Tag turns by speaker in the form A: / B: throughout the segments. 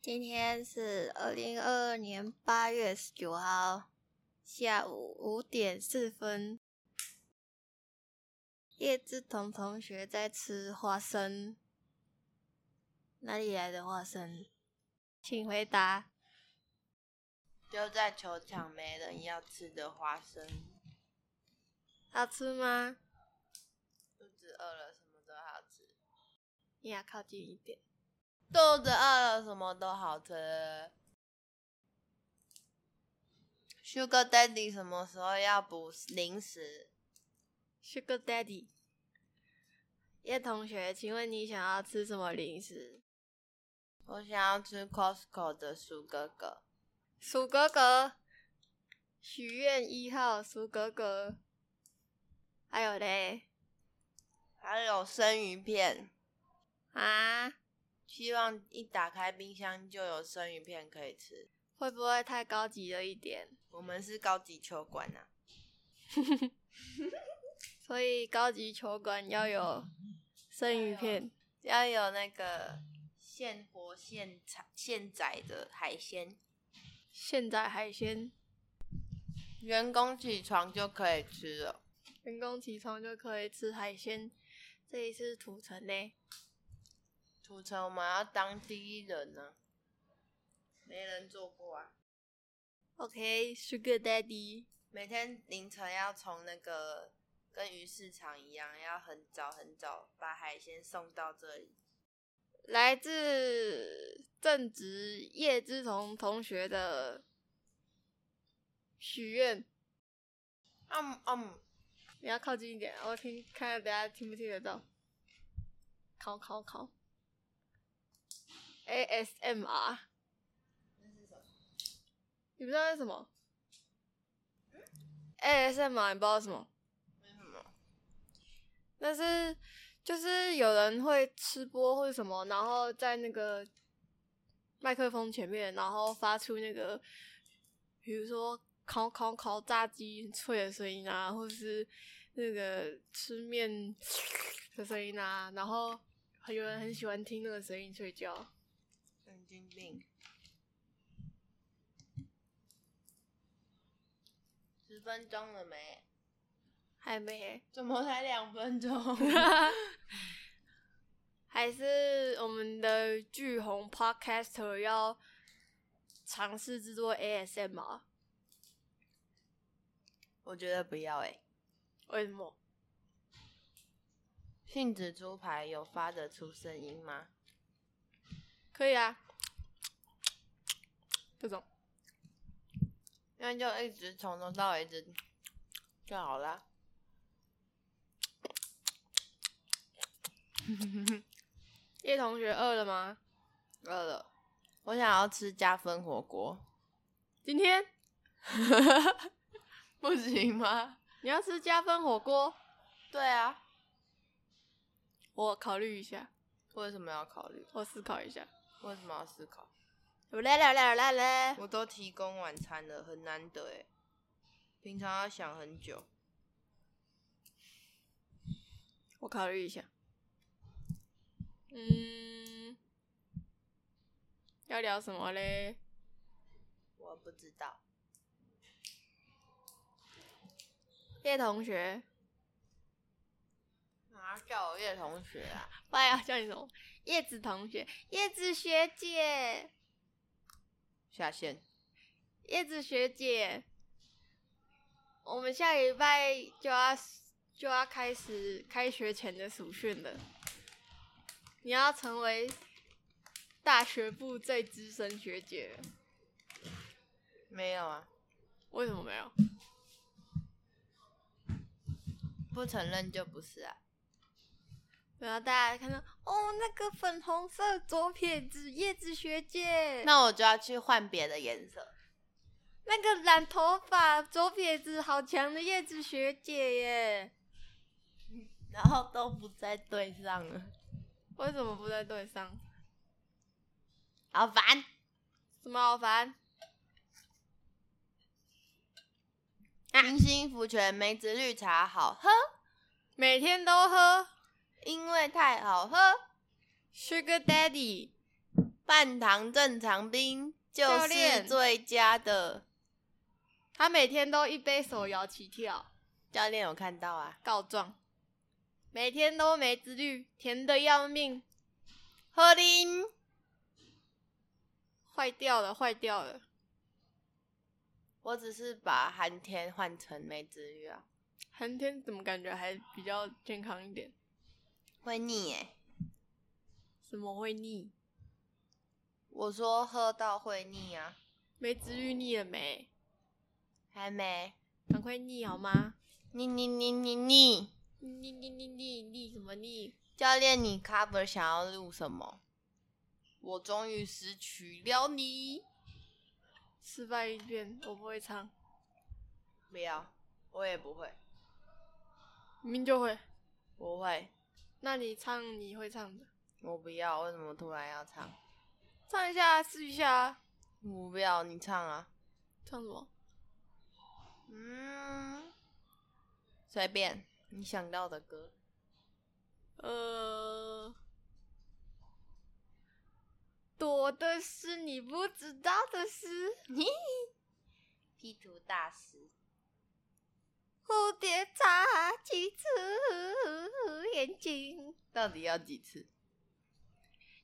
A: 今天是二零二二年八月十九号下午五点四分。叶志彤同学在吃花生，哪里来的花生？请回答。
B: 就在球场没人要吃的花生，
A: 好吃吗？
B: 肚子饿了什么都好吃，
A: 你要靠近一点。
B: 肚子饿了什么都好吃。Sugar Daddy 什么时候要补零食？
A: Sugar Daddy，叶同学，请问你想要吃什么零食？
B: 我想要吃 Costco 的薯哥哥，
A: 鼠哥哥，许愿一号鼠哥哥，还有嘞
B: 还有生鱼片。
A: 啊，
B: 希望一打开冰箱就有生鱼片可以吃。
A: 会不会太高级了一点？
B: 我们是高级球馆啊，
A: 所以高级球馆要有生鱼片，
B: 要有那个现活现采现宰的海鲜。
A: 现宰海鲜，
B: 员工起床就可以吃了。
A: 员工起床就可以吃海鲜。这一次土城嘞，
B: 土城我们要当第一人呢、没人做过啊。
A: ，OK，Sugar、Daddy，
B: 每天凌晨要从那个跟鱼市场一样，要很早很早把海鲜送到这里。
A: 来自正值叶之同同学的许愿，
B: 嗯嗯，
A: 你要靠近一点，我听看大家听不听得到。考考考，ASMR，
B: 那是什么？
A: 你不知道那是什么？ASMR 你不知道是什么？
B: 为什么？
A: 但是就是有人会吃播或者什么，然后在那个麦克风前面，然后发出那个，比如说烤烤烤炸鸡脆的声音啊，或者是那个吃面的声音啊，然后有人很喜欢听那个声音睡觉。
B: 神经病！十分钟了没？
A: 还没，
B: 怎么才两分钟？
A: 还是我们的巨红 Podcaster 要尝试制作 ASM r
B: 我觉得不要哎、
A: 为什么？
B: 信纸出牌有发得出声音吗？
A: 可以啊，这种
B: 那就一直从头到尾一直就好啦。
A: 叶同学饿了吗？
B: 饿了，我想要吃加分火锅，
A: 今 天
B: 不行吗？
A: 你要吃加分火锅，
B: 对啊，
A: 我考虑一下，
B: 为什么要考虑？
A: 我思考一下。
B: 为什么要思考？
A: 来来来来来，
B: 我都提供晚餐了，很难得哎，平常要想很久。
A: 我考虑一下。嗯，要聊什么嘞？
B: 我不知道，
A: 叶同学，
B: 啊，叫我叶同学啊，
A: 不然哎要叫你什么？叶子同学，叶子学姐，
B: 下线。
A: 叶子学姐，我们下礼拜就要就要开始开学前的暑训了。你要成为大学部最资深学姐了，
B: 没有啊，
A: 为什么没有？
B: 不承认就不是啊。
A: 然后大家看到哦，那个粉红色左撇子叶子学姐，那
B: 那我就要去换别的颜色。
A: 那个染头发左撇子好强的叶子学姐耶，
B: 然后都不在队上了，
A: 为什么不在队上？
B: 好烦。
A: 什么好烦？
B: 明星福泉梅子绿茶好喝，
A: 每天都喝
B: 因为太好喝。
A: Sugar Daddy，
B: 半糖正常冰就
A: 教
B: 是
A: 练
B: 最佳的。
A: 他每天都一杯手摇起跳，
B: 教练有看到啊，
A: 告状，每天都没自律，甜的要命，
B: 喝林
A: 坏掉了，坏掉了。
B: 我只是把寒天换成梅子玉啊，
A: 寒天怎么感觉还比较健康一点？
B: 会腻耶。
A: 怎么会腻？
B: 我说喝到会腻啊，
A: 梅子玉腻了没？
B: 还没
A: 赶快腻好吗？
B: 腻腻腻腻腻。
A: 腻腻腻腻腻什么腻？
B: 教练，你 cover 想要录什么？我终于失去了你。
A: 失败一遍，我不会唱，
B: 不要，我也不会，
A: 明明就会。
B: 不会，
A: 那你唱你会唱的，
B: 我不要。为什么突然要唱？
A: 唱一下试一下啊。
B: 我不要，你唱啊。
A: 唱什么？
B: 嗯，随便你想到的歌。
A: 呃，躲的是你不知道的事，
B: P 图大师，
A: 蝴蝶眨几次眼睛，
B: 到底要几次？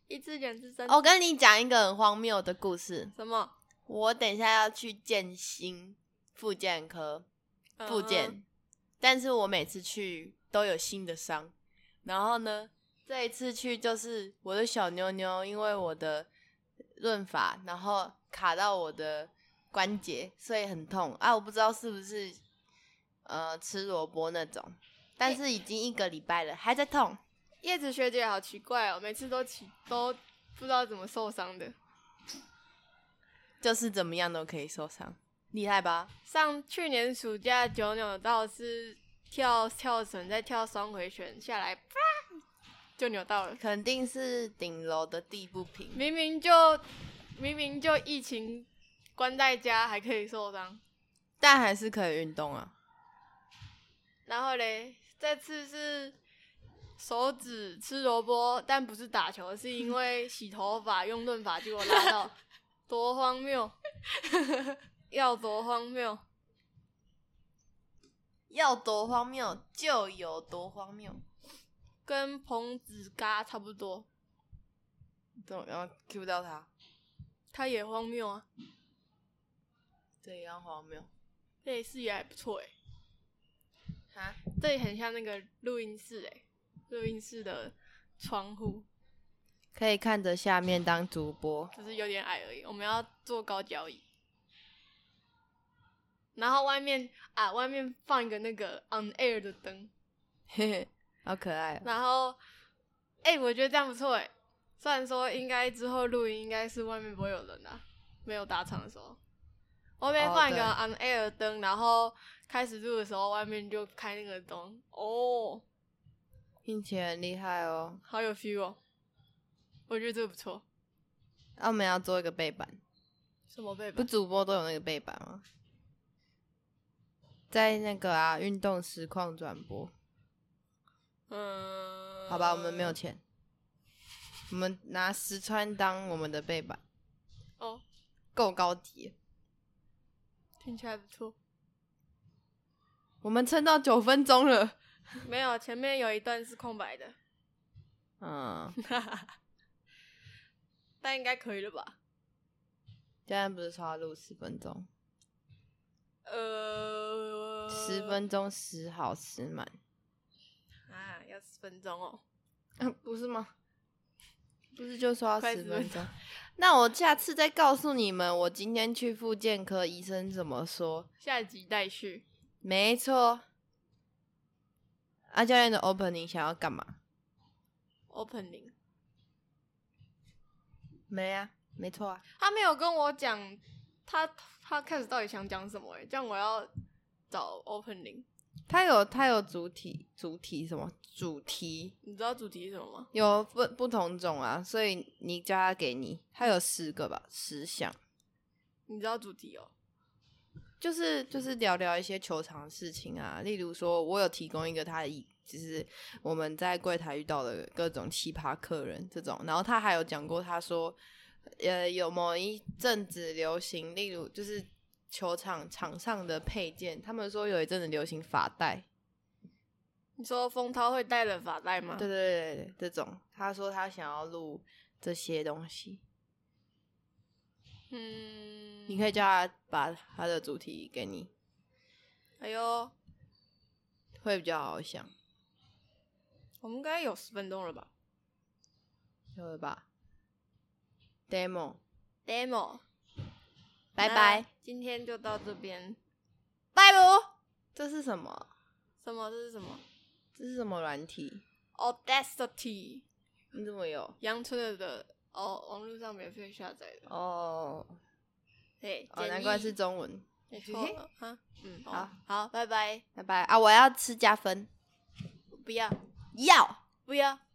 A: 一次两次三次。
B: 我跟你讲一个很荒谬的故事。
A: 什么？
B: 我等一下要去建新复健科复健，
A: 嗯
B: 但是我每次去都有新的伤。然后呢，这一次去就是我的小妞妞，因为我的润发，然后卡到我的关节，所以很痛啊！我不知道是不是呃吃萝卜那种，但是已经一个礼拜了，还在痛。
A: 叶子学姐好奇怪哦，每次都奇都不知道怎么受伤的。
B: 就是怎么样都可以受伤，厉害吧？
A: 上去年暑假九扭到是跳跳绳，再跳双回旋下来，啪就扭到了。
B: 肯定是顶楼的地不平。
A: 明明就明明就疫情关在家还可以受伤，
B: 但还是可以运动啊。
A: 然后嘞，这次是手指吃萝卜，但不是打球，是因为洗头发用润发结果拉到，多荒谬！要多荒谬！
B: 要多荒谬就有多荒谬，
A: 跟彭子嘎差不多，
B: 怎么样 Q 到他？
A: 他也荒谬啊，
B: 怎样荒谬？
A: 这里视野还不错欸诶、
B: 哈？
A: 这里很像那个录音室诶、录音室的窗户，
B: 可以看着下面当主播，
A: 只是有点矮而已。我们要做高脚椅，然后外面啊，外面放一个那个 on air 的灯，
B: 嘿嘿，好可爱、哦。
A: 然后，哎、我觉得这样不错哎。虽然说应该之后录音应该是外面不会有人啊，没有打场的时候，外面
B: 哦
A: 放一
B: 对
A: 个 on air 的灯，然后开始录的时候外面就开那个灯，哦，
B: 并且很厉害哦。
A: 好有 feel 哦。我觉得这个不错。
B: 那我们要做一个背板，
A: 什么背
B: 不
A: 板？
B: 主播都有那个背板吗？在那个啊，运动实况转播，
A: 嗯，
B: 好吧，我们没有钱，我们拿实穿当我们的背板，
A: 哦，
B: 够高级。
A: 听起来不错。
B: 我们撑到九分钟了。
A: 没有，前面有一段是空白的，
B: 嗯，
A: 但应该可以了吧？
B: 现在不是说要录十分钟，
A: 呃，
B: 十分钟时好时满、
A: 啊，要十分钟哦。
B: 啊，不是吗？不是就说要
A: 快
B: 十
A: 10
B: 分
A: 分
B: 钟？那我下次再告诉你们，我今天去复健科医生怎么说。
A: 下集待续。
B: 没错。啊，教练的 opening 想要干嘛？
A: opening，
B: 没啊，没错啊。
A: 他没有跟我讲他他开始到底想讲什么、欸，这样我要找 opening。
B: 他有他有主体主体什么主题
A: 你知道主题是什么吗？
B: 有不不同种啊，所以你叫他给你，他有十个吧，十项。
A: 你知道主题哦、
B: 就是就是聊聊一些球场的事情啊，例如说我有提供一个他的意，就是我们在柜台遇到的各种奇葩客人这种，然后他还有讲过，他说呃有某一阵子流行，例如就是球场场上的配件，他们说有一阵子流行发带，
A: 你说风涛会戴了发带吗？
B: 对对对对，这种他说他想要录这些东西，
A: 嗯，
B: 你可以叫他把他的主题给你，
A: 哎呦，
B: 会比较好想，
A: 我们应该有十分钟了吧
B: 有了吧？demo，
A: ？Demo，
B: 拜拜，，
A: 今天就到这边。
B: 拜拜。这是什么？
A: 什么？这是什么
B: 这是什么软体？
A: ？Audacity，
B: 你怎么有？
A: 杨春的的哦，网络上免费下载的。
B: 哦，
A: 对，
B: 哦，
A: 建
B: 难怪
A: 议
B: 是中文。
A: 没错
B: 嘿嘿
A: 啊，嗯，
B: 好
A: 好好，拜拜，
B: 拜拜啊！我要吃加分，
A: 不要
B: 要。
A: 不要。